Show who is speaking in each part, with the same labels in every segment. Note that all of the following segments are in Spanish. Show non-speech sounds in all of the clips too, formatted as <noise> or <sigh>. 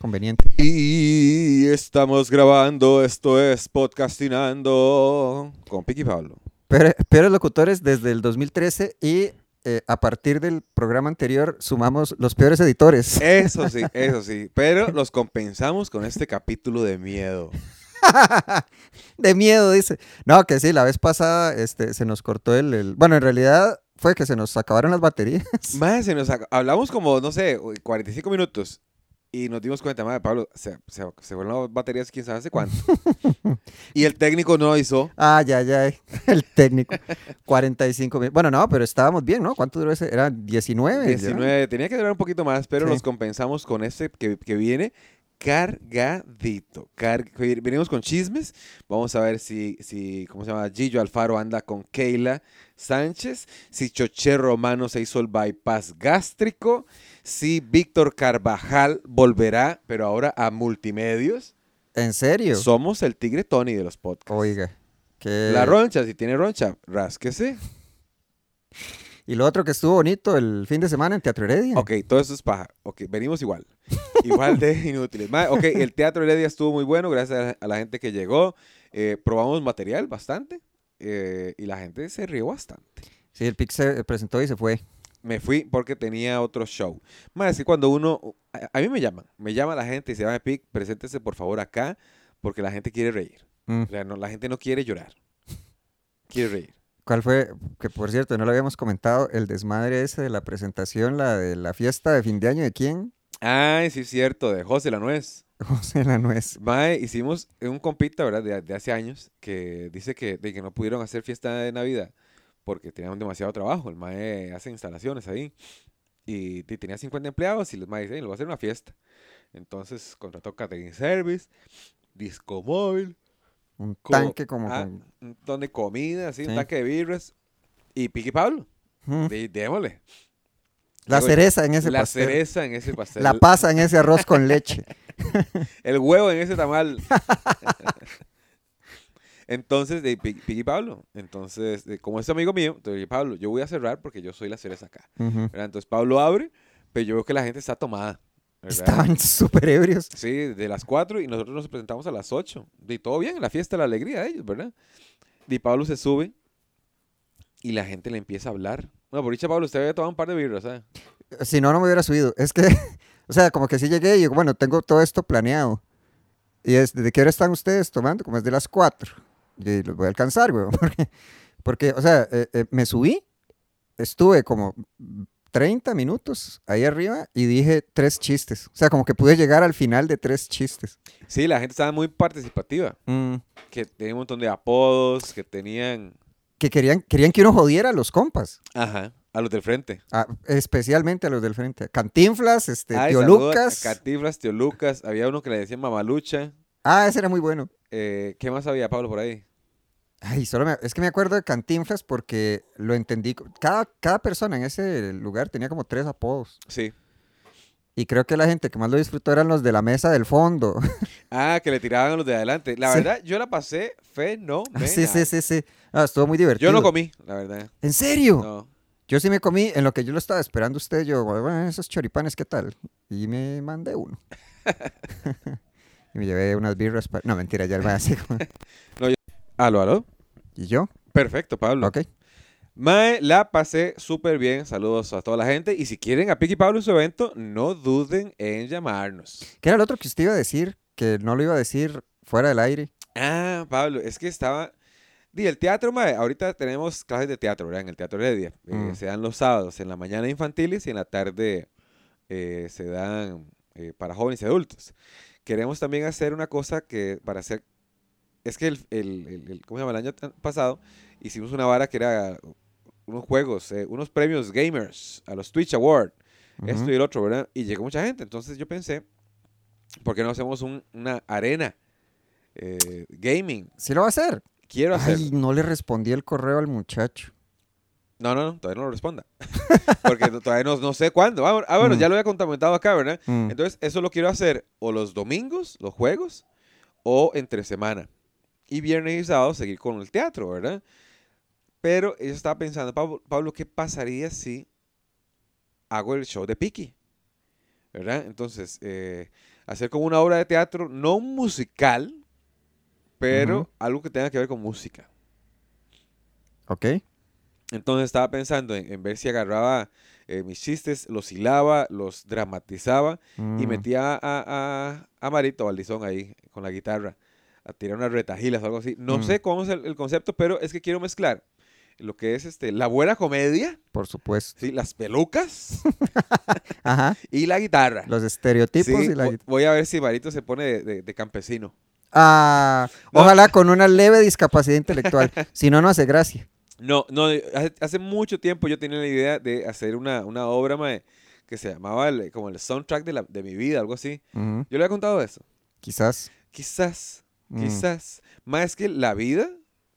Speaker 1: Conveniente.
Speaker 2: Y estamos grabando, esto es Podcastinando con Piqui Pablo.
Speaker 1: Peores, peores locutores desde el 2013 y eh, a partir del programa anterior sumamos los peores editores.
Speaker 2: Eso sí, eso sí, pero los compensamos con este capítulo de miedo.
Speaker 1: <laughs> de miedo, dice. No, que sí, la vez pasada este, se nos cortó el, el- Bueno, en realidad fue que se nos acabaron las baterías.
Speaker 2: Madre, se nos ac- hablamos como, no sé, 45 minutos y nos dimos cuenta, madre, Pablo, se, se, se fueron las baterías quién sabe hace cuánto. y el técnico no avisó.
Speaker 1: <laughs> Ah, ya, ya, eh, <laughs> el técnico. 45 mil. Bueno, no, pero estábamos bien, ¿no? ¿Cuánto duró ese? Era 19. ¿ya?
Speaker 2: 19, tenía que durar un poquito más, pero
Speaker 1: Sí.
Speaker 2: los compensamos con este que, que viene cargadito. Car- venimos con chismes. Vamos a ver si, si, ¿cómo se llama? Gillo Alfaro anda con Keila Sánchez. Si Choché Romano se hizo el bypass gástrico. Si Víctor Carvajal volverá, pero ahora a multimedios.
Speaker 1: ¿En serio?
Speaker 2: Somos el tigre Tony de los podcasts.
Speaker 1: Oiga. Que...
Speaker 2: La roncha, si tiene roncha, rásquese.
Speaker 1: Y lo otro que estuvo bonito el fin de semana en Teatro Heredia.
Speaker 2: <laughs> Ok, todo eso es paja. Ok, venimos igual. Igual de inútiles. Ma, ok, el teatro Heredia estuvo muy bueno, gracias a la, a la gente que llegó. Eh, probamos material bastante eh, y la gente se rió bastante.
Speaker 1: Sí, el Pix se presentó y se fue.
Speaker 2: Me fui porque tenía otro show. Más es que cuando uno. A, a mí me llaman. Me llama la gente y se va a Pic, preséntese por favor acá porque la gente quiere reír.
Speaker 1: Mm.
Speaker 2: O sea, no, la gente no quiere llorar. Quiere reír.
Speaker 1: ¿Cuál fue? Que por cierto, no lo habíamos comentado, el desmadre ese de la presentación, la de la fiesta de fin de año de quién? <laughs>
Speaker 2: Ay, sí, es cierto, de José la Nuez.
Speaker 1: José La Nuez.
Speaker 2: Mae, hicimos un compita, ¿verdad? De, de hace años, que dice que, de que no pudieron hacer fiesta de Navidad porque tenían demasiado trabajo. El Mae hace instalaciones ahí y, y tenía 50 empleados y el Mae dice, "Ey, lo va a hacer una fiesta. Entonces contrató catering service, disco móvil,
Speaker 1: Un
Speaker 2: como-
Speaker 1: tanque como
Speaker 2: ah,
Speaker 1: con-
Speaker 2: un montón de comida, así,
Speaker 1: Sí.
Speaker 2: un tanque de birras y Piqui Pablo.
Speaker 1: Mm.
Speaker 2: de- démosle.
Speaker 1: La
Speaker 2: digo,
Speaker 1: cereza en ese
Speaker 2: la
Speaker 1: pastel.
Speaker 2: cereza en ese pastel.
Speaker 1: La pasa en ese arroz con leche.
Speaker 2: El huevo en ese tamal. Entonces, de Pi- Piqui Pablo, entonces, de- como es amigo mío, entonces, dije, Pablo, yo voy a cerrar porque yo soy la cereza acá.
Speaker 1: Ujú.
Speaker 2: <laughs> ¿verdad? Entonces, Pablo abre, pero yo veo que la gente está tomada. ¿verdad?
Speaker 1: Estaban súper ebrios.
Speaker 2: Sí, de las 4 y nosotros nos presentamos a las 8. Y todo bien, la fiesta, la alegría de ellos, ¿verdad? Y Pablo se sube y la gente le empieza a hablar. Bueno, por dicha, Pablo, usted había tomado un par de birras, ¿sabes?
Speaker 1: Si no, no me hubiera subido. Es que, <laughs> o sea, como que sí llegué y digo, bueno, tengo todo esto planeado. Y es, ¿de qué hora están ustedes tomando? Como es de las 4. Y los voy a alcanzar, güey. <laughs> Porque, porque, o sea, eh, eh, me subí, estuve como 30 minutos ahí arriba y dije tres chistes. O sea, como que pude llegar al final de tres chistes.
Speaker 2: Sí, la gente estaba muy participativa, que tenía un montón de apodos, que tenían...
Speaker 1: Que querían, querían que uno jodiera a los compas.
Speaker 2: Ajá, a los del frente.
Speaker 1: a- especialmente a los del frente. Cantinflas, este,
Speaker 2: Ay,
Speaker 1: Tío
Speaker 2: saludos a
Speaker 1: Lucas.
Speaker 2: Catiflas, Tío Lucas. Había uno que le decían Mamalucha.
Speaker 1: Ah, ese era muy bueno.
Speaker 2: Eh, ¿Qué más había, Pablo, por ahí?
Speaker 1: Ay, solo me- es que me acuerdo de Cantinflas porque lo entendí. co- Cada, cada persona en ese lugar tenía como tres apodos.
Speaker 2: Sí.
Speaker 1: Y creo que la gente que más lo disfrutó eran los de la mesa del fondo. <laughs>
Speaker 2: Ah, que le tiraban a los de adelante. La
Speaker 1: Sí.
Speaker 2: verdad, yo la pasé fenomenal.
Speaker 1: sí, sí, sí, sí. Ah, estuvo muy divertido.
Speaker 2: Yo no comí, la verdad.
Speaker 1: ¿En serio?
Speaker 2: No.
Speaker 1: Yo sí me comí, en lo que yo lo estaba esperando a usted, yo, bueno, esos choripanes, ¿qué tal? Y me mandé
Speaker 2: <laughs>
Speaker 1: uno. <laughs> y me llevé unas birras. pa- No, mentira, ya el mae
Speaker 2: <laughs>
Speaker 1: así como-
Speaker 2: Aló, aló.
Speaker 1: ¿Y yo?
Speaker 2: Perfecto, Pablo.
Speaker 1: Ok.
Speaker 2: Mae, la pasé súper bien. Saludos a toda la gente. Y si quieren a Piqui Pablo en su evento, no duden en llamarnos.
Speaker 1: ¿Qué era lo otro que usted iba a decir? Que no lo iba a decir fuera del aire.
Speaker 2: Ah, Pablo, es que estaba. Di, el teatro, mae, ahorita tenemos clases de teatro, ¿verdad? En el Teatro Heredia. Eh,
Speaker 1: Mm.
Speaker 2: Se dan los sábados, en la mañana infantiles y en la tarde eh, se dan eh, para jóvenes y adultos. Queremos también hacer una cosa que para hacer... Es que el, el- el- el- ¿cómo se llama? el año tan- pasado hicimos una vara que era unos juegos, eh, unos premios gamers a los Twitch Award, esto y el otro, ¿verdad? Y llegó mucha gente, entonces yo pensé, ¿por qué no hacemos un- una arena eh, gaming?
Speaker 1: Sí lo va a hacer.
Speaker 2: Quiero hacer...
Speaker 1: Ay, no le respondí el correo al muchacho.
Speaker 2: No, no, no, todavía no lo responda. <laughs> Porque no- todavía no, no sé cuándo. Ah, bueno, ah, bueno,
Speaker 1: Mm.
Speaker 2: ya lo había comentado acá, ¿verdad?
Speaker 1: Mm.
Speaker 2: Entonces, eso lo quiero hacer o los domingos, los juegos, o entre semana. Y viernes y sábado seguir con el teatro, ¿verdad? Pero yo estaba pensando, Pablo, Pablo, ¿qué pasaría si hago el show de Piki? ¿Verdad? Entonces, eh, hacer como una obra de teatro, no un musical, pero
Speaker 1: Ujú.
Speaker 2: algo que tenga que ver con música.
Speaker 1: Ok.
Speaker 2: Entonces estaba pensando en, en ver si agarraba eh, mis chistes, los hilaba, los dramatizaba y
Speaker 1: Mm,
Speaker 2: metía a, a, a Marito Valdizón ahí con la guitarra a tirar unas retajilas o algo así. No
Speaker 1: Mm.
Speaker 2: sé cómo es el, el concepto, pero es que quiero mezclar lo que es este, la buena comedia,
Speaker 1: Por supuesto.
Speaker 2: ¿sí? las pelucas <laughs>
Speaker 1: Ajá.
Speaker 2: y la guitarra.
Speaker 1: Los estereotipos
Speaker 2: Sí,
Speaker 1: y la...
Speaker 2: vo- voy a ver si Marito se pone de, de- de campesino.
Speaker 1: Ah,
Speaker 2: No.
Speaker 1: Ojalá con una leve discapacidad
Speaker 2: <laughs>
Speaker 1: intelectual. si no, no hace gracia.
Speaker 2: No, no, hace, hace mucho tiempo yo tenía la idea de hacer una, una obra mae, que se llamaba el- como el soundtrack de, la- de mi vida, algo así.
Speaker 1: Ujú,
Speaker 2: Yo le había contado eso.
Speaker 1: Quizás.
Speaker 2: Quizás,
Speaker 1: mm,
Speaker 2: quizás. Más es que la vida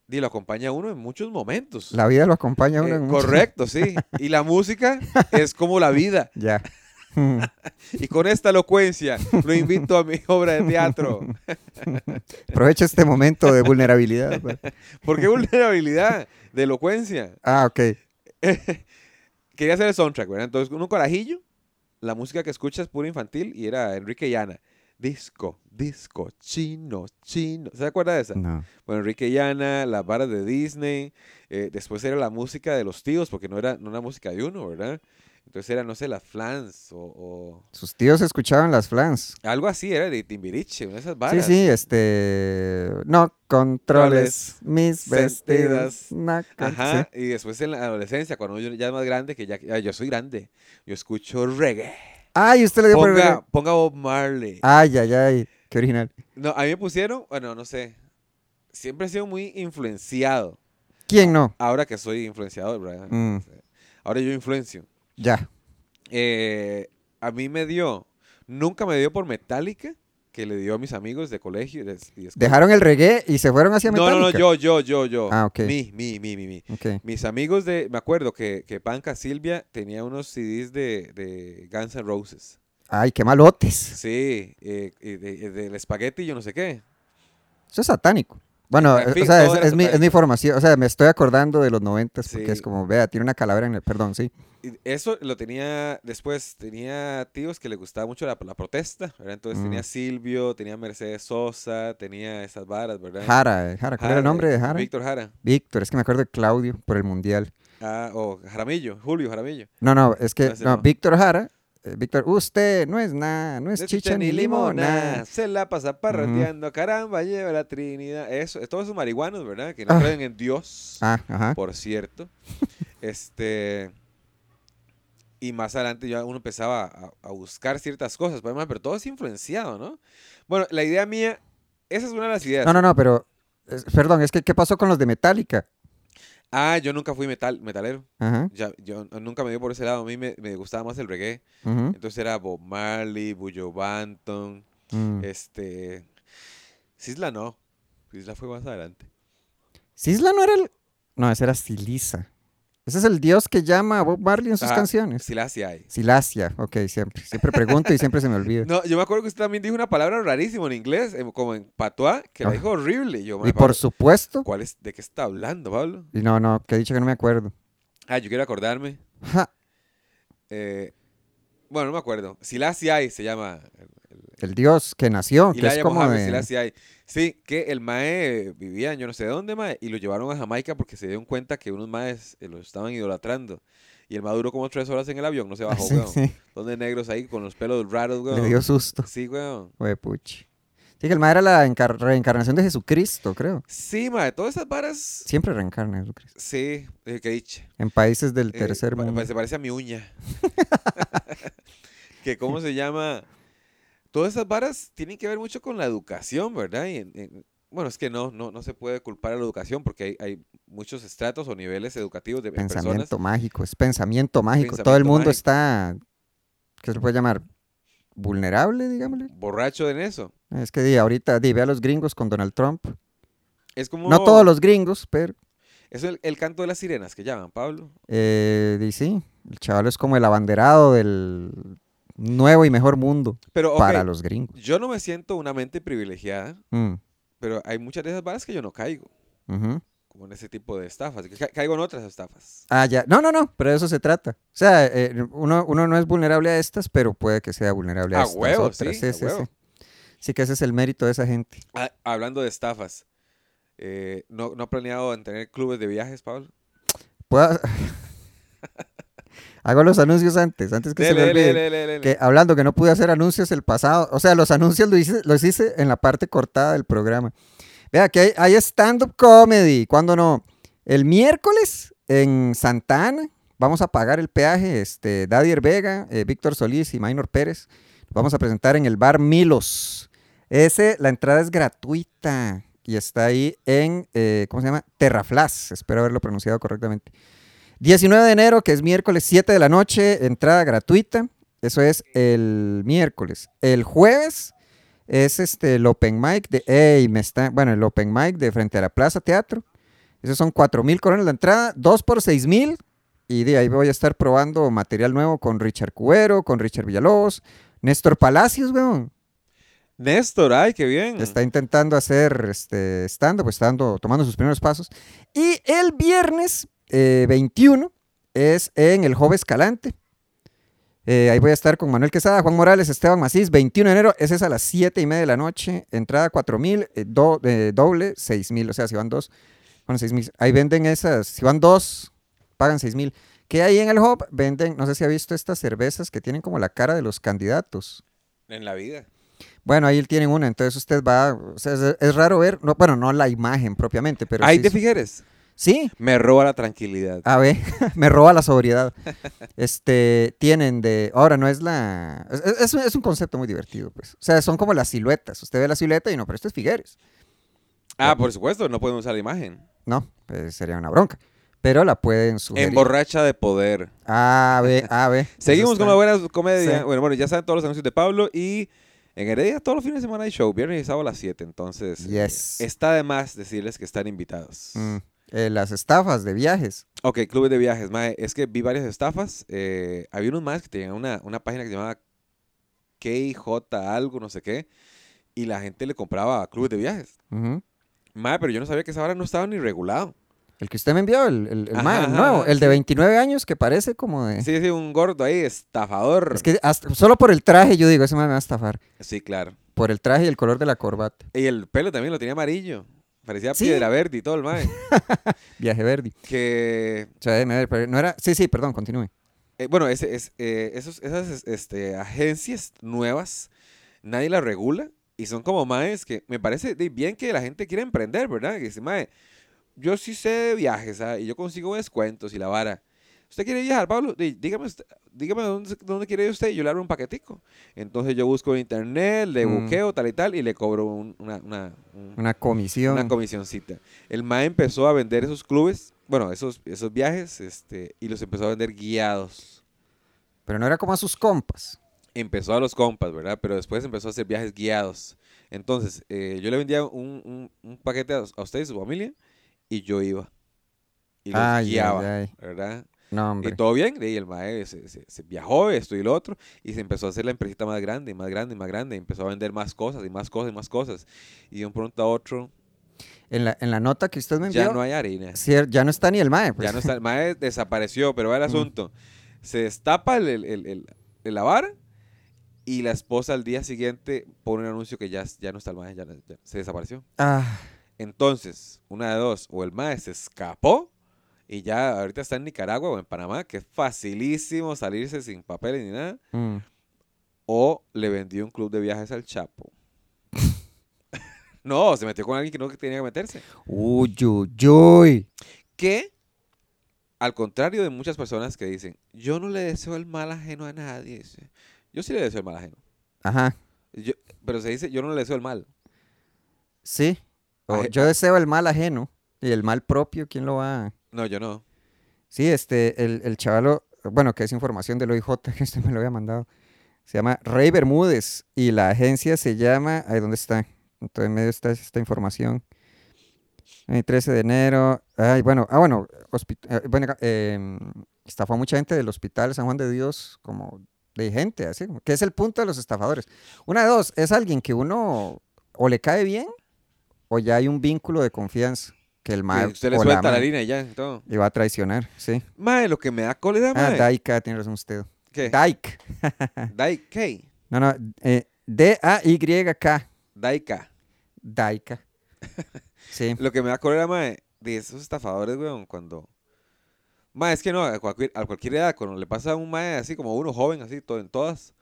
Speaker 2: di, lo acompaña a uno en muchos momentos.
Speaker 1: La vida lo acompaña a uno
Speaker 2: Eh,
Speaker 1: en muchos-
Speaker 2: correcto, sí. Y la música es como la vida.
Speaker 1: <laughs> Ya. <laughs> Mm,
Speaker 2: Y con esta elocuencia lo invito a mi <laughs> obra de teatro.
Speaker 1: Aprovecha este momento de vulnerabilidad. pa-
Speaker 2: ¿Por
Speaker 1: <laughs>
Speaker 2: qué vulnerabilidad de elocuencia?
Speaker 1: Ah, ok.
Speaker 2: Quería hacer el soundtrack, ¿verdad? Entonces, uno corajillo, la música que escucha es pura infantil y era Enrique Llana. Disco, disco, chino, chino. ¿Se acuerda de esa?
Speaker 1: No.
Speaker 2: Bueno, Enrique Llana, las varas de Disney. eh, después era la música de los tíos, porque no era, no era música de uno, ¿verdad? Entonces era, no sé, las flans o, o
Speaker 1: Sus tíos escuchaban las flans.
Speaker 2: algo así, era de Timbiriche, una de esas
Speaker 1: Sí,
Speaker 2: varas.
Speaker 1: sí, este. No controles mis
Speaker 2: sentidas.
Speaker 1: vestidos. no con-
Speaker 2: Ajá,
Speaker 1: sí.
Speaker 2: y después en la adolescencia, cuando yo ya es más grande, que ya, ya yo soy grande, yo escucho reggae.
Speaker 1: Ay, Ah, usted le dio por.
Speaker 2: Ponga, ponga Bob Marley.
Speaker 1: Ay, ay, ay. Qué original.
Speaker 2: No, a mí me pusieron, bueno, no sé. Siempre he sido muy influenciado.
Speaker 1: ¿Quién no?
Speaker 2: Ahora que soy influenciador, ¿verdad?
Speaker 1: Mm,
Speaker 2: Ahora yo influencio.
Speaker 1: ya.
Speaker 2: Eh, a mí me dio, nunca me dio por Metallica, que le dio a mis amigos de colegio. y de- y de escuela.
Speaker 1: Dejaron el reggae y se fueron hacia
Speaker 2: no, no, no,
Speaker 1: Metallica.
Speaker 2: yo, yo, yo, yo.
Speaker 1: Ah, ok.
Speaker 2: Mi, mi, mi, mi, mi.
Speaker 1: Ok.
Speaker 2: Mis amigos de, me acuerdo que, que Panca Silvia tenía unos CDs de, de Guns N' Roses.
Speaker 1: Ay, qué malotes.
Speaker 2: Sí, eh, y de- del espagueti, yo no sé qué.
Speaker 1: Eso es satánico. Bueno,
Speaker 2: En
Speaker 1: es-
Speaker 2: fin,
Speaker 1: o sea,
Speaker 2: todo
Speaker 1: es,
Speaker 2: era
Speaker 1: es mi, es mi
Speaker 2: satánico.
Speaker 1: formación. O sea, me estoy acordando de los noventas porque
Speaker 2: Sí.
Speaker 1: es como, vea, tiene una calavera en el. Perdón, sí.
Speaker 2: Y Eso lo tenía después, tenía tíos que le gustaba mucho la, la protesta, ¿verdad? Entonces
Speaker 1: Mm.
Speaker 2: tenía Silvio, tenía Mercedes Sosa, tenía esas varas, ¿verdad?
Speaker 1: Jara, eh, Jara. ¿Cuál era el
Speaker 2: Jara,
Speaker 1: nombre de Jara?
Speaker 2: Víctor Jara.
Speaker 1: Víctor, es que me acuerdo de Claudio por el mundial.
Speaker 2: Ah, o Jaramillo, Julio Jaramillo.
Speaker 1: No, no, es que
Speaker 2: No, ese
Speaker 1: no,
Speaker 2: no.
Speaker 1: Víctor Jara, eh, Víctor, usted no es nada, no es
Speaker 2: No es
Speaker 1: chicha ni limona.
Speaker 2: Se la pasa parrandeando, caramba, lleva la Trinidad. Eso, es todos esos marihuanos, ¿verdad? Que no
Speaker 1: Ah.
Speaker 2: creen en Dios,
Speaker 1: Ah, ajá.
Speaker 2: por cierto. este. Y más adelante ya uno empezaba a, a buscar ciertas cosas, pero además, pero todo es influenciado, ¿no? Bueno, la idea mía, esa es una de las ideas.
Speaker 1: No, no, no, pero es- perdón, es que ¿qué pasó con los de Metallica?
Speaker 2: Ah, yo nunca fui metal, metalero.
Speaker 1: Ajá.
Speaker 2: Ya, yo nunca me dio por ese lado. A mí me, me gustaba más el reggae.
Speaker 1: ujú,
Speaker 2: Entonces era Bob Marley, Bujo Banton,
Speaker 1: mm.
Speaker 2: este... Sisla no. Sisla fue más adelante.
Speaker 1: Sisla no era el No, ese era Silisa. Ese es el dios que llama a Bob Marley en sus
Speaker 2: Ah,
Speaker 1: canciones.
Speaker 2: Sila sí hay.
Speaker 1: Silasia, ok, siempre, siempre pregunto y siempre se me olvida.
Speaker 2: <laughs> No, yo me acuerdo que usted también dijo una palabra rarísima en inglés, en- como en patuá, que la
Speaker 1: Ah.
Speaker 2: dijo horrible. Y Yo,
Speaker 1: y
Speaker 2: "Mae,
Speaker 1: por
Speaker 2: Pablo,
Speaker 1: supuesto,
Speaker 2: ¿cuál es, ¿de qué está hablando, Pablo?
Speaker 1: y no, no, que he dicho que no me acuerdo.
Speaker 2: Ah, yo quiero acordarme.
Speaker 1: Ja,
Speaker 2: Eh, bueno, no me acuerdo. Sila sí hay se llama.
Speaker 1: el dios que nació,
Speaker 2: Y
Speaker 1: que es como de-
Speaker 2: la hacía ahí. Sí, que el mae vivía en yo no sé dónde, mae, y lo llevaron a Jamaica porque se dieron cuenta que unos maes eh, lo estaban idolatrando. Y el mae duró como tres horas en el avión, no
Speaker 1: <laughs>
Speaker 2: se
Speaker 1: Ah,
Speaker 2: bajó,
Speaker 1: sí,
Speaker 2: weón.
Speaker 1: sí,
Speaker 2: Donde negros ahí con los pelos raros,
Speaker 1: le
Speaker 2: weón.
Speaker 1: dio susto.
Speaker 2: Sí, weón.
Speaker 1: Huepuchi. Sí, que el madre era la encar- reencarnación de Jesucristo, creo.
Speaker 2: Sí, mae, todas esas varas.
Speaker 1: Siempre reencarna Jesucristo.
Speaker 2: Sí, eh, que dicha.
Speaker 1: En países del
Speaker 2: Eh,
Speaker 1: tercer
Speaker 2: pa- pa-
Speaker 1: mundo.
Speaker 2: Se parece a mi
Speaker 1: <laughs>
Speaker 2: uña. que cómo se llama. Todas esas varas tienen que ver mucho con la educación, ¿verdad? Y en- en- bueno, es que no, no, no se puede culpar a la educación porque hay, hay muchos estratos o niveles educativos de en eh, personas.
Speaker 1: Pensamiento mágico, es pensamiento mágico. Todo el
Speaker 2: Pensamiento
Speaker 1: mundo
Speaker 2: mágico.
Speaker 1: está, ¿qué se le puede llamar? Vulnerable, digámosle.
Speaker 2: Borracho en eso.
Speaker 1: Es que di, ahorita di, ve a los gringos con Donald Trump.
Speaker 2: Es como.
Speaker 1: No todos los gringos, pero
Speaker 2: Es el, el canto de las sirenas que llaman, Pablo.
Speaker 1: eh, di, sí, el chaval es como el abanderado del nuevo y mejor mundo
Speaker 2: Pero, ok,
Speaker 1: para los gringos.
Speaker 2: yo no me siento una mente privilegiada,
Speaker 1: Mm,
Speaker 2: pero hay muchas de esas varas que yo no caigo.
Speaker 1: ujú.
Speaker 2: como en ese tipo de estafas. que ca- caigo en otras estafas.
Speaker 1: Ah, ya. No, no, no, pero de eso se trata. O sea, eh, uno, uno no es vulnerable a estas, pero puede que sea vulnerable a,
Speaker 2: A
Speaker 1: estas
Speaker 2: huevo,
Speaker 1: otras.
Speaker 2: sí, a huevo.
Speaker 1: Sí que ese es el mérito de esa gente.
Speaker 2: Ah, hablando de estafas, eh, ¿no, ¿no ha planeado en tener clubes de viajes, Pablo?
Speaker 1: Puedo- <laughs> Hago los anuncios antes, antes que se me
Speaker 2: Dele,
Speaker 1: olvide.
Speaker 2: dele, dele, dele, dele.
Speaker 1: Que hablando que no pude hacer anuncios el pasado, o sea, los anuncios lo hice- los hice, en la parte cortada del programa. Vea, que hay, hay stand-up comedy, ¿cuándo no? El miércoles en Santana vamos a pagar el peaje, este, Dadier Vega, eh, Víctor Solís y Maynor Pérez. Vamos a presentar en el bar Milos. Ese, la entrada es gratuita y está ahí en, eh, ¿cómo se llama? Terraflas, espero haberlo pronunciado correctamente. 19 de enero, que es miércoles 7 de la noche, entrada gratuita. Eso es el miércoles. El jueves es este el open mic de ey, me está, bueno, el open mic de frente a la Plaza Teatro. Esos son 4 mil coronas la entrada, 2 por 6 mil. Y de ahí voy a estar probando material nuevo con Richard Cuero, con Richard Villalobos, Néstor Palacios, weón.
Speaker 2: Néstor, ay, qué bien.
Speaker 1: Está intentando hacer este stand pues está dando- tomando sus primeros pasos. Y el viernes eh, 21 es en el Jove Escalante. Eh, ahí voy a estar con Manuel Quesada, Juan Morales, Esteban Macís, 21 de enero, ese es a las 7 y media de la noche, entrada 4 mil, eh, doble 6 mil, o sea, si van dos, bueno, 6 mil, ahí venden esas, si van dos, pagan 6 mil. Que ahí en el Hub venden, no sé si ha visto estas cervezas que tienen como la cara de los candidatos.
Speaker 2: En la vida.
Speaker 1: Bueno, ahí tienen una, entonces usted va, o sea, es, es raro ver, no, bueno, no la imagen propiamente, pero
Speaker 2: ay,
Speaker 1: sí, Ah,
Speaker 2: de
Speaker 1: sí,
Speaker 2: Figueres.
Speaker 1: sí,
Speaker 2: Me roba la tranquilidad.
Speaker 1: a ver, <laughs> me roba la sobriedad. Este, tienen de, ahora no es la, es, es- es un- es un concepto muy divertido, pues, o sea, son como las siluetas, usted ve la silueta y no, pero esto es Figueres,
Speaker 2: Ah, por supuesto, no pueden usar la imagen.
Speaker 1: no, pues, sería una bronca, pero la pueden sugerir.
Speaker 2: Emborracha de poder.
Speaker 1: A, B, A, B.
Speaker 2: <laughs> Seguimos con la buena comedia.
Speaker 1: Sí.
Speaker 2: Bueno, bueno, ya saben todos los anuncios de Pablo y en Heredia todos los fines de semana hay show, viernes y sábado a las 7. Entonces, eh,
Speaker 1: Yes.
Speaker 2: está de más decirles que están invitados.
Speaker 1: Mm, eh, las estafas de viajes.
Speaker 2: Ok, clubes de viajes. Mae, es que vi varias estafas. eh, había unos más que tenían una, una página que se llamaba KJ algo, no sé qué. Y la gente le compraba clubes de viajes.
Speaker 1: Ujú.
Speaker 2: Mae, pero yo no sabía que esa hora no estaba ni regulado.
Speaker 1: El que usted me envió, el, el, el
Speaker 2: Ajá,
Speaker 1: ma- el
Speaker 2: ajá,
Speaker 1: nuevo,
Speaker 2: ajá,
Speaker 1: el de
Speaker 2: sí.
Speaker 1: 29 años que parece como de...
Speaker 2: Sí, sí, un gordo ahí, estafador.
Speaker 1: Es que hasta- solo por el traje yo digo, ese man me va a estafar.
Speaker 2: Sí, claro.
Speaker 1: Por el traje y el color de la corbata.
Speaker 2: Y el pelo también lo tenía amarillo. Parecía
Speaker 1: Sí.
Speaker 2: piedra verde y todo el mae.
Speaker 1: Viaje verde.
Speaker 2: que
Speaker 1: O sea, déjeme ver, pero no era... Sí, sí, perdón, continúe.
Speaker 2: Eh, bueno, ese, es, eh, esos, esas es- este, agencias nuevas, nadie las regula y son como maes que me parece de- bien que la gente quiera emprender, ¿verdad? Que dice, mae, yo sí sé de viajes ah, y yo consigo descuentos y la vara. ¿Usted quiere viajar, Pablo? Di- Dígame, usted- dígame dónde, se- dónde quiere ir usted y yo le abro un paquetico. Entonces yo busco en internet, le
Speaker 1: Mm.
Speaker 2: buqueo, tal y tal, y le cobro un- una, una- un-
Speaker 1: Una comisión.
Speaker 2: una comisioncita. El MAE empezó a vender esos clubes, bueno, esos, esos viajes, este, y los empezó a vender guiados
Speaker 1: pero no era como a sus compas.
Speaker 2: empezó a los compas, ¿verdad? Pero después empezó a hacer viajes guiados. Entonces, eh, yo le vendía un, un- un paquete a, a usted y su familia y yo iba. Y los
Speaker 1: Ay, ay,
Speaker 2: guiaba,
Speaker 1: ay.
Speaker 2: ¿verdad?
Speaker 1: No,
Speaker 2: Y
Speaker 1: hombre.
Speaker 2: todo bien, y el maestro se, se- se viajó, esto y lo otro, y se empezó a hacer la empresita más grande, y más grande, y más grande, y empezó a vender más cosas, y más cosas, y más cosas. Y de un pronto a otro,
Speaker 1: En la, en la nota que usted me envió,
Speaker 2: ya no hay harina.
Speaker 1: cier- ya no está ni el mae. pues.
Speaker 2: Ya no está, el mae desapareció, pero va el
Speaker 1: Mm.
Speaker 2: asunto. Se destapa el, el, el- el- el- la vara y la esposa al día siguiente pone un anuncio que ya, ya no está el mae, ya, la- ya se desapareció.
Speaker 1: Ah,
Speaker 2: Entonces, una de dos, o el mae se escapó y ya ahorita está en Nicaragua o en Panamá, que es facilísimo salirse sin papeles ni nada,
Speaker 1: mm.
Speaker 2: o le vendió un club de viajes al Chapo. <laughs> no, se metió con alguien que no tenía que meterse.
Speaker 1: Uy, uy, uy.
Speaker 2: que al contrario de muchas personas que dicen, yo no le deseo el mal ajeno a nadie, dice, yo sí le deseo el mal ajeno,
Speaker 1: Ajá,
Speaker 2: Yo- pero se dice, yo no le deseo el mal.
Speaker 1: sí. O
Speaker 2: Aje-
Speaker 1: yo deseo el mal ajeno y el mal propio, ¿quién lo va a...?
Speaker 2: No, yo no.
Speaker 1: Sí, este, el, el chavalo, bueno, que es información del OIJ, <laughs> que usted me lo había mandado. Se llama Rey Bermúdez y la agencia se llama. Ahí dónde está. Entonces, en medio está esta información. El 13 de enero. Ay, bueno, ah, bueno, hospi- eh, bueno eh, estafó a mucha gente del hospital San Juan de Dios, como de gente, así, como que es el punto de los estafadores. Una de dos, es alguien que uno o le cae bien o ya hay un vínculo de confianza. que el
Speaker 2: Que
Speaker 1: mae
Speaker 2: usted le
Speaker 1: o
Speaker 2: suelta la
Speaker 1: mae
Speaker 2: harina y ya, todo.
Speaker 1: le va a traicionar, sí.
Speaker 2: Mae, lo que me da cólera,
Speaker 1: Ah,
Speaker 2: mae.
Speaker 1: Daika, tiene razón usted.
Speaker 2: ¿Qué?
Speaker 1: Daik.
Speaker 2: Daik.
Speaker 1: No, no, eh, D-A-Y-K.
Speaker 2: Daika. <laughs>
Speaker 1: Daika. Sí.
Speaker 2: Lo que me da cólera, mae, de esos estafadores, weón, cuando... Mae, es que no, a cualquier, a cualquier edad, cuando le pasa a un mae así, como uno joven, así, todo, en todas,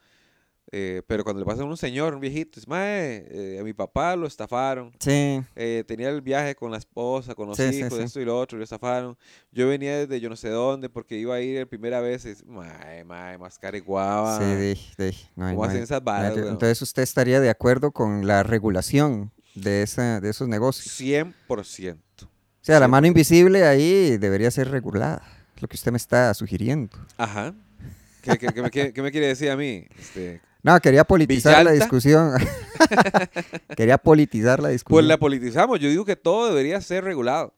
Speaker 2: eh, pero cuando le pasa a un señor, un viejito, es, mae, eh, a mi papá lo estafaron,
Speaker 1: Sí.
Speaker 2: eh, tenía el viaje con la esposa, con los
Speaker 1: Sí, sí,
Speaker 2: hijos,
Speaker 1: sí.
Speaker 2: esto y lo otro, y lo estafaron, yo venía desde yo no sé dónde, porque iba a ir la primera vez, y es, mae, mae, mascara y guava,
Speaker 1: Sí, dije, dije. No hay- no
Speaker 2: ¿cómo Ah. hacen
Speaker 1: hay-
Speaker 2: esas
Speaker 1: no hay-
Speaker 2: varas, weón?
Speaker 1: Entonces usted estaría de acuerdo con la regulación de, esa, de esos negocios.
Speaker 2: 100%.
Speaker 1: O sea, la
Speaker 2: Sí,
Speaker 1: mano invisible ahí debería ser regulada. Es lo que usted me está sugiriendo.
Speaker 2: Ajá. ¿Qué, qué- qué me, qué- qué me quiere decir a mí? Este,
Speaker 1: No, quería politizar la
Speaker 2: ¿Villalta? <laughs>
Speaker 1: discusión. <laughs> quería politizar la discusión.
Speaker 2: Pues la politizamos. Yo digo que todo debería ser regulado.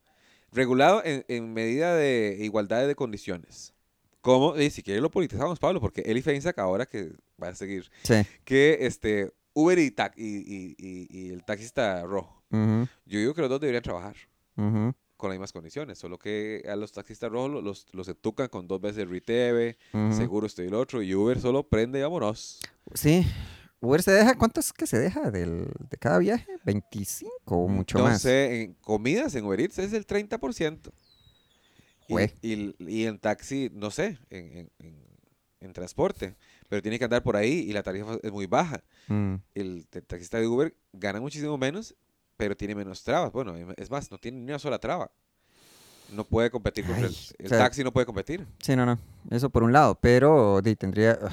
Speaker 2: Regulado en, en medida de igualdad de condiciones. Como, y si quieres lo politizamos, Pablo, porque Eli Feinsack ahora que va a seguir,
Speaker 1: Sí.
Speaker 2: que este Uber y, tac- y, y- y- y el taxista rojo.
Speaker 1: Ujú,
Speaker 2: Yo digo que los dos deberían trabajar
Speaker 1: ujú,
Speaker 2: con las mismas condiciones, solo que a los taxistas rojos lo- los, los entucan con dos veces RITV,
Speaker 1: ujú.
Speaker 2: seguro esto y el otro, y Uber solo prende y vámonos.
Speaker 1: Sí. Uber se deja, ¿cuánto es que se deja del, de cada viaje? ¿25 o mucho
Speaker 2: no
Speaker 1: más?
Speaker 2: sé, en comidas en Uber Eats es el 30%. Y,
Speaker 1: Jue.
Speaker 2: y, y en taxi, no sé, en, en- en- en transporte. Pero tiene que andar por ahí y la tarifa es muy baja.
Speaker 1: Mm,
Speaker 2: El, te- taxista de Uber gana muchísimo menos, pero tiene menos trabas. Bueno, em, es más, no tiene ni una sola traba. No puede competir con
Speaker 1: Ay,
Speaker 2: el,
Speaker 1: o
Speaker 2: el
Speaker 1: sea,
Speaker 2: taxi, no puede competir.
Speaker 1: Sí, no, no. Eso por un lado, pero di, tendría... ugh.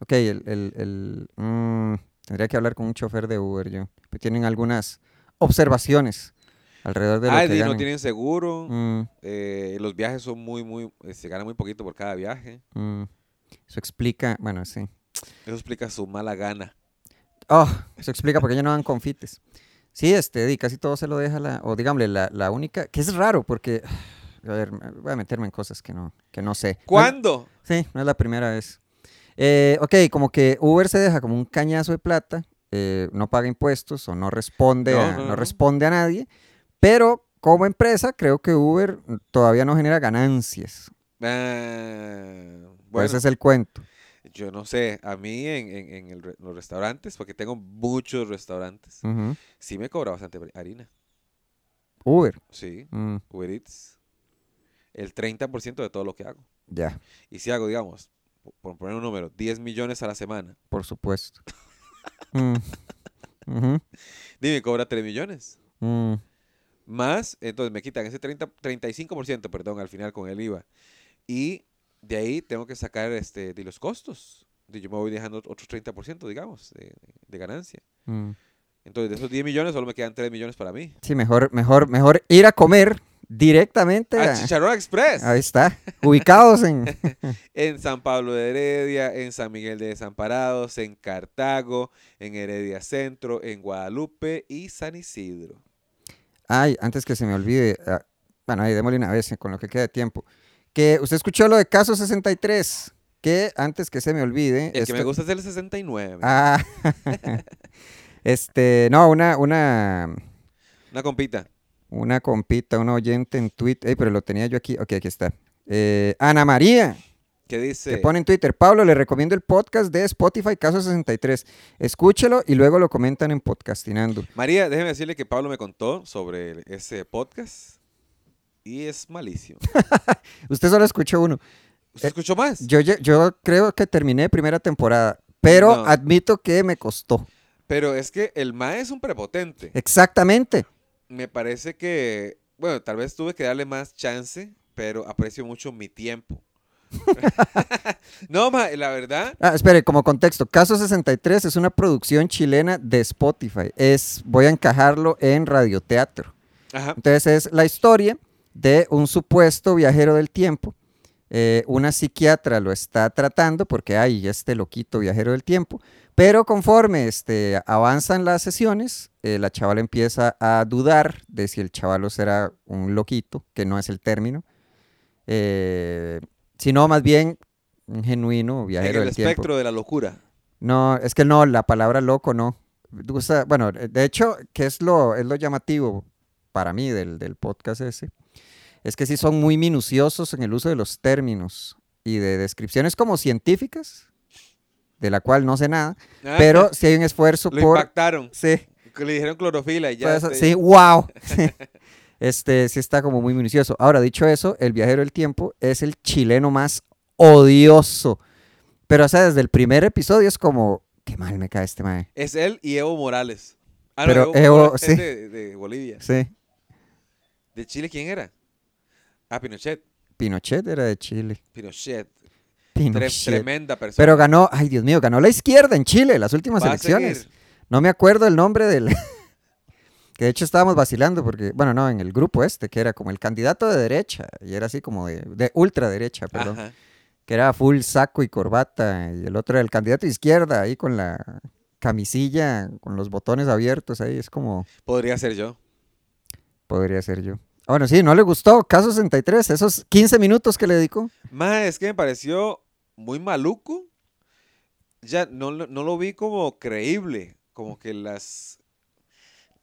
Speaker 1: Ok, el... el- el, mm, tendría que hablar con un chofer de Uber, yo. Pero tienen algunas observaciones alrededor de lo
Speaker 2: Ah,
Speaker 1: que
Speaker 2: y no
Speaker 1: ganan.
Speaker 2: tienen seguro.
Speaker 1: Mm,
Speaker 2: eh, los viajes son muy, muy. eh, se gana muy poquito por cada viaje.
Speaker 1: mm. Eso explica... Bueno, sí.
Speaker 2: Eso explica su mala gana.
Speaker 1: Oh, eso explica por qué ya no dan confites. Sí, este, di, casi todo se lo deja la, o digámosle, la, la única, que es raro porque, a ver, me- voy a meterme en cosas que no, que no sé. No es-
Speaker 2: ¿Cuándo?
Speaker 1: sí, no es la primera vez. Eh, ok, como que Uber se deja como un cañazo de plata, eh, no paga impuestos o no responde,
Speaker 2: No,
Speaker 1: a,
Speaker 2: no,
Speaker 1: no
Speaker 2: no.
Speaker 1: responde a nadie, pero como empresa creo que Uber todavía no genera ganancias.
Speaker 2: Ah,
Speaker 1: Pues
Speaker 2: bueno.
Speaker 1: ese es el cuento.
Speaker 2: Yo no sé, a mí en, en- en el re- los restaurantes, porque tengo muchos restaurantes,
Speaker 1: Ujú.
Speaker 2: sí me cobra bastante bri- harina.
Speaker 1: Uber,
Speaker 2: Sí,
Speaker 1: mm,
Speaker 2: Uber Eats. El 30% de todo lo que hago.
Speaker 1: ya,
Speaker 2: Y si hago, digamos, po- por poner un número, 10 millones a la semana,
Speaker 1: por supuesto. Mm, ujú,
Speaker 2: dime, cobra 3 millones.
Speaker 1: mm.
Speaker 2: Más, entonces me quitan ese 30, 35%, perdón, al final con el IVA. Y de ahí tengo que sacar este, de los costos. De- Yo me voy dejando otros 30%, digamos, de, de ganancia.
Speaker 1: Mm.
Speaker 2: Entonces, de esos 10 millones, solo me quedan 3 millones para mí.
Speaker 1: Sí, mejor, mejor, mejor ir a comer directamente.
Speaker 2: Al
Speaker 1: a-
Speaker 2: Chicharrón Express.
Speaker 1: ahí está, ubicados en.
Speaker 2: En San Pablo de Heredia, en San Miguel de Desamparados, en Cartago, en Heredia Centro, en Guadalupe y San Isidro.
Speaker 1: Ay, antes que se me olvide, ah, bueno, ahí démosle una vez eh, con lo que queda de tiempo. Que usted escuchó lo de caso 63, que antes que se me olvide.
Speaker 2: El que me
Speaker 1: esto-
Speaker 2: gusta es el 69.
Speaker 1: Ah, <laughs> este, no, una, una,
Speaker 2: Una compita.
Speaker 1: una compita, un oyente en Twitter. Ey, pero lo tenía yo aquí. Ok, aquí está. Eh, Ana María.
Speaker 2: que
Speaker 1: que
Speaker 2: dice?
Speaker 1: pone en Twitter. Pablo, le recomiendo el podcast de Spotify Caso 63. Escúchelo y luego lo comentan en Podcastinando.
Speaker 2: María, déjeme decirle que Pablo me contó sobre el- ese podcast y es
Speaker 1: <laughs>
Speaker 2: malísimo.
Speaker 1: Usted solo escuchó uno.
Speaker 2: ¿Usted
Speaker 1: Eh,
Speaker 2: escuchó más?
Speaker 1: Yo, lle- yo creo que terminé primera temporada, pero
Speaker 2: No.
Speaker 1: admito que me costó.
Speaker 2: Pero es que el MAE es un prepotente.
Speaker 1: Exactamente.
Speaker 2: Me parece que, bueno, tal vez tuve que darle más chance, pero aprecio mucho
Speaker 1: <laughs>
Speaker 2: mi tiempo. <laughs> no, ma, la verdad,
Speaker 1: Ah, espere, como contexto, Caso 63 es una producción chilena de Spotify. Es, voy a encajarlo en radioteatro.
Speaker 2: Ajá.
Speaker 1: Entonces es la historia de un supuesto viajero del tiempo. Eh, una psiquiatra lo está tratando porque hay este loquito viajero del tiempo, pero conforme este, avanzan las sesiones, eh, la chaval empieza a dudar de si el chavalo será un loquito, que no es el término, eh, sino más bien un genuino
Speaker 2: En
Speaker 1: viajero
Speaker 2: el
Speaker 1: del tiempo.
Speaker 2: espectro de la locura.
Speaker 1: No, es que no, eh, la palabra loco no. Usa- bueno, de hecho, que es lo, es lo llamativo para mí del, del podcast ese, es que sí son muy minuciosos en el uso de los términos y de descripciones como científicas, de la cual no sé nada,
Speaker 2: Ah,
Speaker 1: pero sí hay un esfuerzo
Speaker 2: Lo
Speaker 1: por...
Speaker 2: impactaron.
Speaker 1: Sí,
Speaker 2: que Le dijeron clorofila y ya.
Speaker 1: Pues,
Speaker 2: este,
Speaker 1: sí,
Speaker 2: <laughs>
Speaker 1: wow. <laughs> este sí está como muy minucioso. Ahora, dicho eso, el viajero del tiempo es el chileno más odioso. Pero, o sea, desde el primer episodio es como, qué mal me cae este mae.
Speaker 2: Es él y Evo Morales. Ah,
Speaker 1: Pero Evo,
Speaker 2: Morales es
Speaker 1: sí.
Speaker 2: de, de Bolivia.
Speaker 1: Sí.
Speaker 2: ¿De Chile quién era? Ah, Pinochet.
Speaker 1: Pinochet era de Chile.
Speaker 2: Pinochet. Tre-
Speaker 1: Pinochet.
Speaker 2: tremenda persona.
Speaker 1: Pero ganó, ay Dios mío, ganó la izquierda en Chile las últimas
Speaker 2: Va a
Speaker 1: elecciones.
Speaker 2: seguir.
Speaker 1: No me acuerdo el nombre del... <laughs> que de hecho estábamos vacilando porque, bueno, no, en el grupo este, que era como el candidato de derecha, y era así como de, de ultraderecha, perdón.
Speaker 2: Ajá.
Speaker 1: que era full saco y corbata, y el otro era el candidato de izquierda, ahí con la camisilla, con los botones abiertos, ahí es como
Speaker 2: Podría ser yo.
Speaker 1: podría ser yo. Ah, Bueno, sí, no le gustó, caso 63, esos 15 minutos que le dedicó.
Speaker 2: Más es que me pareció muy maluco. Ya no, lo- no lo vi como creíble. Como que las,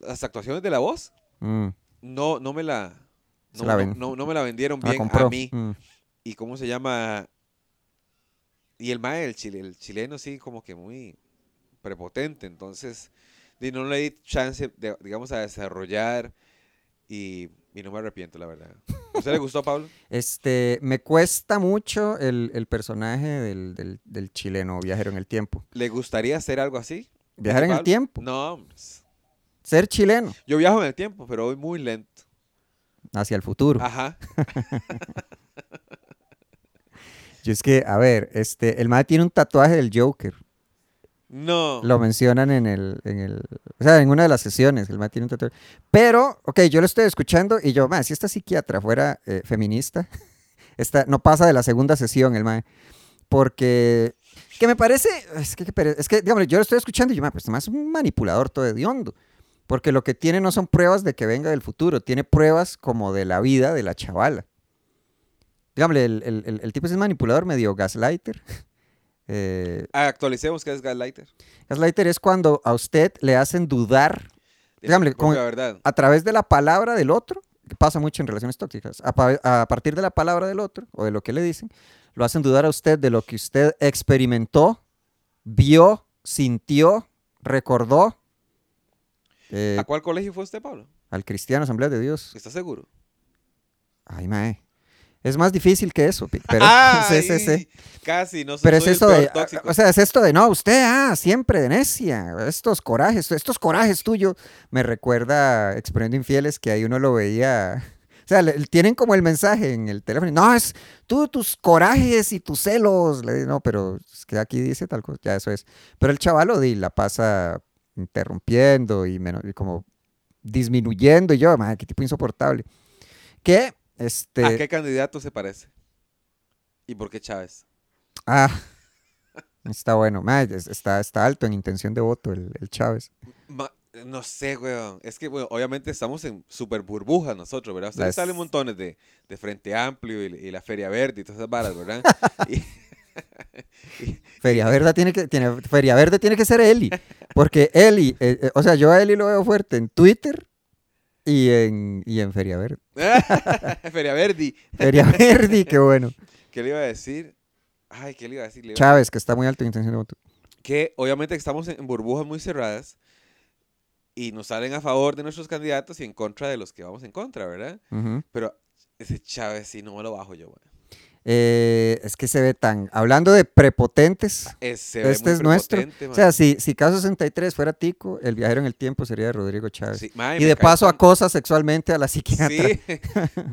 Speaker 2: las actuaciones de la voz
Speaker 1: Mm,
Speaker 2: no, no me la.
Speaker 1: Se
Speaker 2: No,
Speaker 1: la
Speaker 2: no-
Speaker 1: ven-
Speaker 2: no- no me la vendieron
Speaker 1: no la
Speaker 2: bien
Speaker 1: compró.
Speaker 2: a mí.
Speaker 1: Mm.
Speaker 2: ¿Y cómo se llama? Y el mae, el, chile- el chileno, sí, como que muy prepotente. Entonces, di, no le di chance, de, digamos, a desarrollar. Y, y no me arrepiento, la verdad. ¿A usted le gustó, Pablo?
Speaker 1: Este, me cuesta mucho el, el personaje del, del- del chileno viajero en el tiempo.
Speaker 2: ¿Le gustaría hacer algo así?
Speaker 1: Viajar en el
Speaker 2: Pablo?
Speaker 1: tiempo,
Speaker 2: No, hombre, s-
Speaker 1: ser chileno,
Speaker 2: yo viajo en el tiempo, pero voy muy lento.
Speaker 1: hacia el futuro.
Speaker 2: Ajá.
Speaker 1: Yo es que, a ver, este, el mae tiene un tatuaje del Joker.
Speaker 2: No.
Speaker 1: lo mencionan en el, en el- o sea, en una de las sesiones, el mae tiene un tatuaje. Pero, ok, yo lo estoy escuchando y yo, "Mae, si esta psiquiatra fuera eh, feminista, <laughs> esta, no pasa de la segunda sesión, el mae. Porque, que me parece, es que, qué pere- es que, digamos, yo lo estoy escuchando y yo, "Mae, pues más un manipulador todo hediondo. Porque lo que tiene no son pruebas de que venga del futuro, tiene pruebas como de la vida de la chavala. Digamos, el, el- el- el tipo es un manipulador medio gaslighter. <laughs> Eh,
Speaker 2: Actualicemos que es Gaslighter.
Speaker 1: Gaslighter es cuando a usted le hacen dudar
Speaker 2: De
Speaker 1: Dígame,
Speaker 2: su
Speaker 1: ¿cómo-
Speaker 2: propia verdad.
Speaker 1: a través de la palabra del otro, que pasa mucho en relaciones tóxicas, a, pa- a partir de la palabra del otro o de lo que le dicen, lo hacen dudar a usted de lo que usted experimentó, vio, sintió, recordó eh,
Speaker 2: ¿A cuál colegio fue usted, Pablo?
Speaker 1: al cristiano Asamblea de Dios.
Speaker 2: ¿Está seguro?
Speaker 1: Ay, mae. Es más difícil que eso, Pi- pero <laughs> sí, sí, sí.
Speaker 2: <laughs> Ay, Casi, no soy
Speaker 1: Pero es
Speaker 2: soy el
Speaker 1: eso de,
Speaker 2: peor tóxico.
Speaker 1: o sea, es esto de, no, usted, ah, siempre de necia, estos corajes, estos corajes tuyos, me recuerda Exponiendo Infieles que ahí uno lo veía, <laughs> o sea, le- tienen como el mensaje en el teléfono, no, es tú, tus corajes y tus celos, le di- no, pero es que aquí dice tal cosa, ya eso es, pero el chavalo di, la pasa interrumpiendo y, meno- y como disminuyendo, y yo, madre, qué tipo insoportable, que, este...
Speaker 2: ¿A qué candidato se parece? ¿Y por qué Chávez?
Speaker 1: Ah, está bueno. Mae, es- está, está alto en intención de voto el, el Chávez.
Speaker 2: Ma- no sé, weón. Es que, bueno, obviamente estamos en super burbuja nosotros, ¿verdad? Ustedes
Speaker 1: Las-
Speaker 2: salen montones de, de Frente Amplio y, y la Feria Verde y todas esas
Speaker 1: <laughs>
Speaker 2: varas, ¿verdad? Y-
Speaker 1: Feria Verde tiene que, tiene, Feria Verde tiene que ser Eli. Porque Eli, eh, eh, o sea, yo a Eli lo veo fuerte en Twitter y en, y en Feria Verde.
Speaker 2: Feria Verde.
Speaker 1: Feria Verde, qué bueno.
Speaker 2: ¿Qué le iba a decir? Ay, ¿qué le iba a decir? Le iba-
Speaker 1: Chávez, que está muy alto en intención de voto.
Speaker 2: Que obviamente estamos en, en burbujas muy cerradas y nos salen a favor de nuestros candidatos y en contra de los que vamos en contra, ¿verdad?
Speaker 1: Ujú.
Speaker 2: Pero ese Chávez sí no me lo bajo yo, weón.
Speaker 1: Eh, es que se ve tan. Hablando de prepotentes.
Speaker 2: Ese
Speaker 1: Este es nuestro. O sea, si, si Caso 63 fuera Tico, el viajero en el tiempo sería Rodrigo Chávez. y de paso acosa sexualmente a la psiquiatra.
Speaker 2: Sí, <laughs>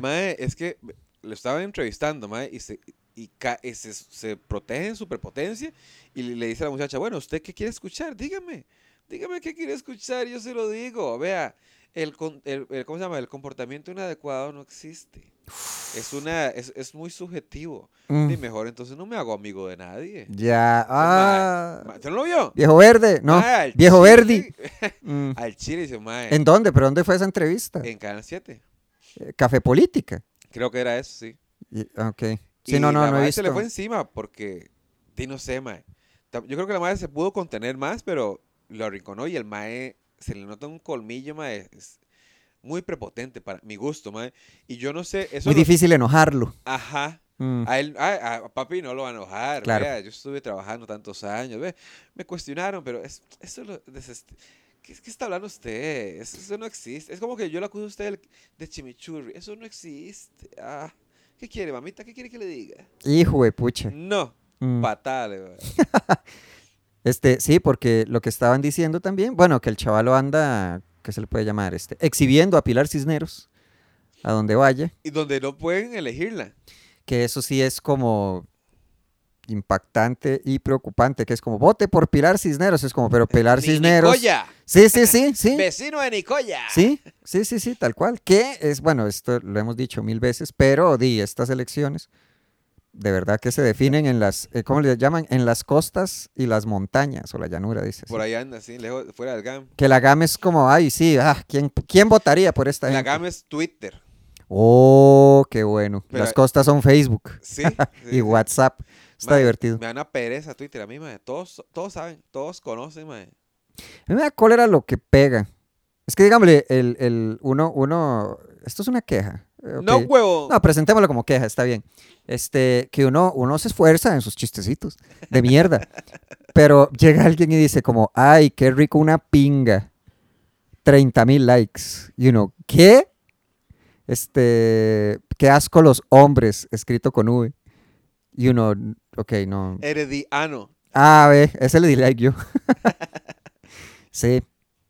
Speaker 1: <laughs>
Speaker 2: mae, es que lo estaban entrevistando, mae, y se, y ca- y se, se protege en su prepotencia y le, le dice a la muchacha, bueno, ¿usted qué quiere escuchar? Dígame, dígame qué quiere escuchar, yo se lo digo, vea, el, con- el- el- ¿cómo se llama? El comportamiento inadecuado no existe. Es una, es, es muy subjetivo.
Speaker 1: Mm.
Speaker 2: Y mejor entonces no me hago amigo de nadie.
Speaker 1: Ya. Ah.
Speaker 2: Ma- ¿Usted no lo vio?
Speaker 1: Viejo Verde, no.
Speaker 2: Mae, al
Speaker 1: Viejo
Speaker 2: chile-
Speaker 1: Verdi. Mm.
Speaker 2: Al chile dice, mae,
Speaker 1: ¿En dónde? ¿Pero dónde fue esa entrevista?
Speaker 2: en Canal 7.
Speaker 1: Eh, Café Política.
Speaker 2: Creo que era eso, sí.
Speaker 1: Y- ok.
Speaker 2: y
Speaker 1: Sí, no, no, no
Speaker 2: la
Speaker 1: he
Speaker 2: madre
Speaker 1: visto.
Speaker 2: se le fue encima porque, di, no sé, mae. Ta- Yo creo que la madre se pudo contener más, pero lo arrinconó y el mae se le nota un colmillo, mae. es- muy prepotente para mi gusto, mae. Y yo no Ah, sé, eso
Speaker 1: Muy
Speaker 2: lo-
Speaker 1: difícil enojarlo.
Speaker 2: Ajá.
Speaker 1: Mm.
Speaker 2: A él, a, a papi no lo va a enojar.
Speaker 1: Claro.
Speaker 2: vea, yo estuve trabajando tantos años. ve, Me cuestionaron, pero es, eso lo desest- ¿Qué, qué está hablando usted? Eso, eso no existe. Es como que yo le acuso a usted del- de chimichurri. Eso no existe. Ah, ¿Qué quiere, mamita? ¿Qué quiere que le diga?
Speaker 1: Hijo de pucha.
Speaker 2: No,
Speaker 1: Mm.
Speaker 2: patada. le digo.
Speaker 1: Este, sí, porque lo que estaban diciendo también, bueno, que el chavalo anda, ¿qué se le puede llamar? Este, exhibiendo a Pilar Cisneros, a donde vaya,
Speaker 2: Y donde no pueden elegirla.
Speaker 1: que eso sí es como impactante y preocupante, que es como, vote por Pilar Cisneros, es como, pero Pilar
Speaker 2: <laughs> Ni
Speaker 1: Cisneros.
Speaker 2: Nicoya,
Speaker 1: Sí, sí, sí,
Speaker 2: <laughs>
Speaker 1: sí.
Speaker 2: vecino de Nicoya.
Speaker 1: Sí, sí, sí, sí, tal cual. Que es, bueno, esto lo hemos dicho mil veces, pero di, estas elecciones de verdad que se definen en las, eh, ¿cómo le llaman? En las costas y las montañas o la llanura, dices.
Speaker 2: Por ahí anda, sí, lejos, fuera del GAM.
Speaker 1: Que la GAM es como, ay, sí, ah, ¿quién, ¿quién votaría por esta
Speaker 2: La
Speaker 1: gente?
Speaker 2: GAM es Twitter.
Speaker 1: Oh, qué bueno.
Speaker 2: Pero-
Speaker 1: Las costas son Facebook <laughs>
Speaker 2: Sí. sí,
Speaker 1: y
Speaker 2: sí.
Speaker 1: WhatsApp. Está
Speaker 2: Mae,
Speaker 1: divertido.
Speaker 2: Me da una pereza Twitter a mí, mae. Todos, todos saben, todos conocen, mae.
Speaker 1: A mí me da cólera lo que pega. Es que, digámosle, el, el uno, uno, esto es una queja. eh,
Speaker 2: No,
Speaker 1: ok.
Speaker 2: huevo.
Speaker 1: No, presentémoslo como queja, está bien. Este, que uno, uno se esfuerza en sus chistecitos de mierda. pero llega alguien y dice como, ay, qué rico una pinga. 30 mil likes. Y uno, ¿qué? Este, qué asco los hombres, escrito con V. Y uno, ok, no.
Speaker 2: Herediano.
Speaker 1: Ah, ve, ese le di like yo. <laughs> sí.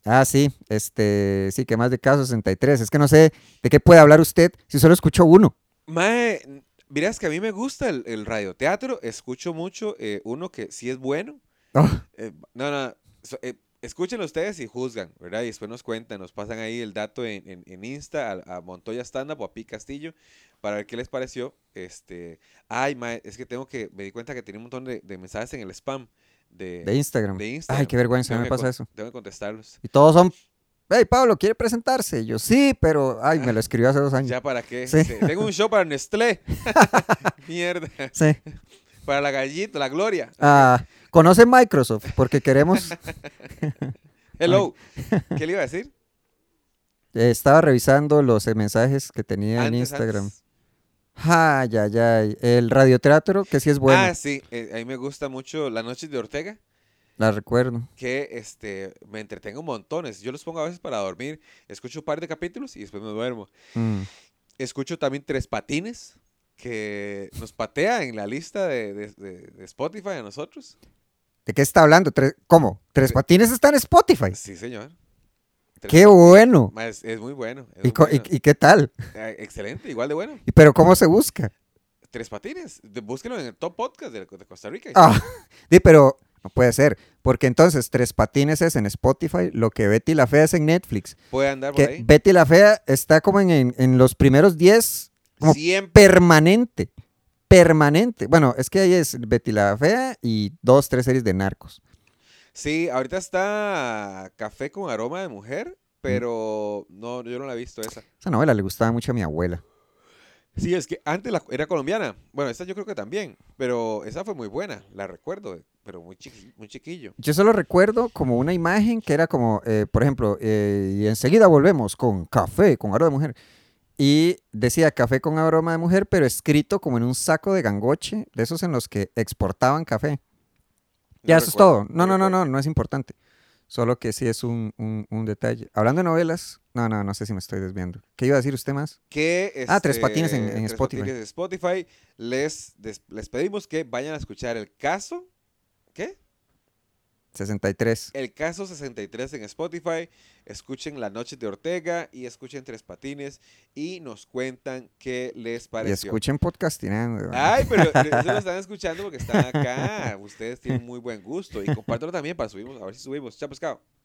Speaker 1: Ah, sí. Este, sí, que más de caso 63. Es que no sé de qué puede hablar usted si solo escuchó uno.
Speaker 2: Mae, n- miras que a mí me gusta el, el radioteatro. Escucho mucho eh, uno que sí es bueno.
Speaker 1: Ah,
Speaker 2: Eh, no, no. so- eh, escúchenlo ustedes y juzgan, ¿verdad? Y después nos cuentan, nos pasan ahí el dato en, en- en Insta a, a Montoya Stand Up o a Pi Castillo para ver qué les pareció. Este, ay, mae, es que tengo que, me di cuenta que tenía un montón de, de mensajes en el spam de,
Speaker 1: de Instagram.
Speaker 2: de Instagram.
Speaker 1: Ay, qué vergüenza,
Speaker 2: Tengo
Speaker 1: me
Speaker 2: que
Speaker 1: pasa
Speaker 2: con-
Speaker 1: eso.
Speaker 2: Tengo que contestarlos.
Speaker 1: Y todos son, hey, Pablo, ¿quiere presentarse? Y yo, sí, pero, ay,
Speaker 2: <laughs>
Speaker 1: me lo escribió hace dos años.
Speaker 2: ¿Ya para qué?
Speaker 1: Sí.
Speaker 2: Sí, Tengo un show para Nestlé.
Speaker 1: <laughs>
Speaker 2: <laughs> Mierda.
Speaker 1: Sí.
Speaker 2: Para la gallita, la gloria.
Speaker 1: Ah, ¿Conoce Microsoft? Porque queremos,
Speaker 2: <laughs> Hello. ¿Qué le iba a decir?
Speaker 1: eh, estaba revisando los eh, mensajes que tenía en
Speaker 2: Antes,
Speaker 1: Instagram.
Speaker 2: antes.
Speaker 1: Ay, ay, ay. El radioteatro, que sí es bueno,
Speaker 2: Ah, sí. eh, a mí me gusta mucho La Noche de Ortega,
Speaker 1: la recuerdo.
Speaker 2: que este, me entretengo montones. Yo los pongo a veces para dormir. Escucho un par de capítulos y después me duermo. <laughs>
Speaker 1: Mm.
Speaker 2: Escucho también Tres Patines, que nos patea en la lista de, de- de- de Spotify a nosotros.
Speaker 1: ¿De qué está hablando? Tres- ¿Cómo? ¿Tres
Speaker 2: Sí.
Speaker 1: patines está en Spotify?
Speaker 2: Sí, señor. Tres
Speaker 1: ¡Qué
Speaker 2: Patines.
Speaker 1: bueno!
Speaker 2: Ma, Es, es muy bueno. es
Speaker 1: ¿Y,
Speaker 2: muy
Speaker 1: co- y-
Speaker 2: bueno.
Speaker 1: y qué tal?
Speaker 2: Eh, Excelente, igual de bueno.
Speaker 1: ¿Y pero cómo se busca?
Speaker 2: Tres Patines. de- Búsquenlo en el top podcast de, de Costa Rica.
Speaker 1: Ah, <laughs> di, pero no puede ser. Porque entonces Tres Patines es en Spotify, lo que Betty la Fea es en Netflix.
Speaker 2: Puede andar Ah, por
Speaker 1: Que
Speaker 2: ahí.
Speaker 1: Betty la Fea está como en, en- en los primeros 10, como
Speaker 2: Siempre.
Speaker 1: permanente. Permanente. Bueno, es que ahí es Betty la Fea y dos, tres series de narcos.
Speaker 2: Sí, ahorita está Café con aroma de mujer, pero no, yo no la he visto esa.
Speaker 1: Esa novela le gustaba mucho a mi abuela.
Speaker 2: Sí, es que antes la- era colombiana. Bueno, esa yo creo que también, pero esa fue muy buena, la recuerdo, pero muy, chiqui- muy chiquillo.
Speaker 1: Yo solo recuerdo como una imagen que era como, eh, por ejemplo, eh, y enseguida volvemos con café, con aroma de mujer. Y decía café con aroma de mujer, pero escrito como en un saco de gangoche, de esos en los que exportaban café.
Speaker 2: No
Speaker 1: Ya, eso es
Speaker 2: recuerdo,
Speaker 1: todo. No, no, no,
Speaker 2: recuerdo.
Speaker 1: no, no es importante. Solo que sí es un, un- un detalle. Hablando de novelas, no, no, no sé si me estoy desviando. ¿Qué iba a decir usted más?
Speaker 2: Que,
Speaker 1: Ah, Tres Patines en- en
Speaker 2: este, Tres
Speaker 1: Spotify.
Speaker 2: Patines en Spotify. Les, des- les pedimos que vayan a escuchar el caso. ¿Qué?
Speaker 1: 63.
Speaker 2: El caso 63 en Spotify. Escuchen La Noche de Ortega y escuchen Tres Patines y nos cuentan qué les
Speaker 1: Y
Speaker 2: pareció.
Speaker 1: escuchen podcastinando.
Speaker 2: Ay, pero eso lo están escuchando porque están acá. Ustedes tienen muy buen gusto. Y compártelo también para subirnos, a ver si subimos. Chao, pescado.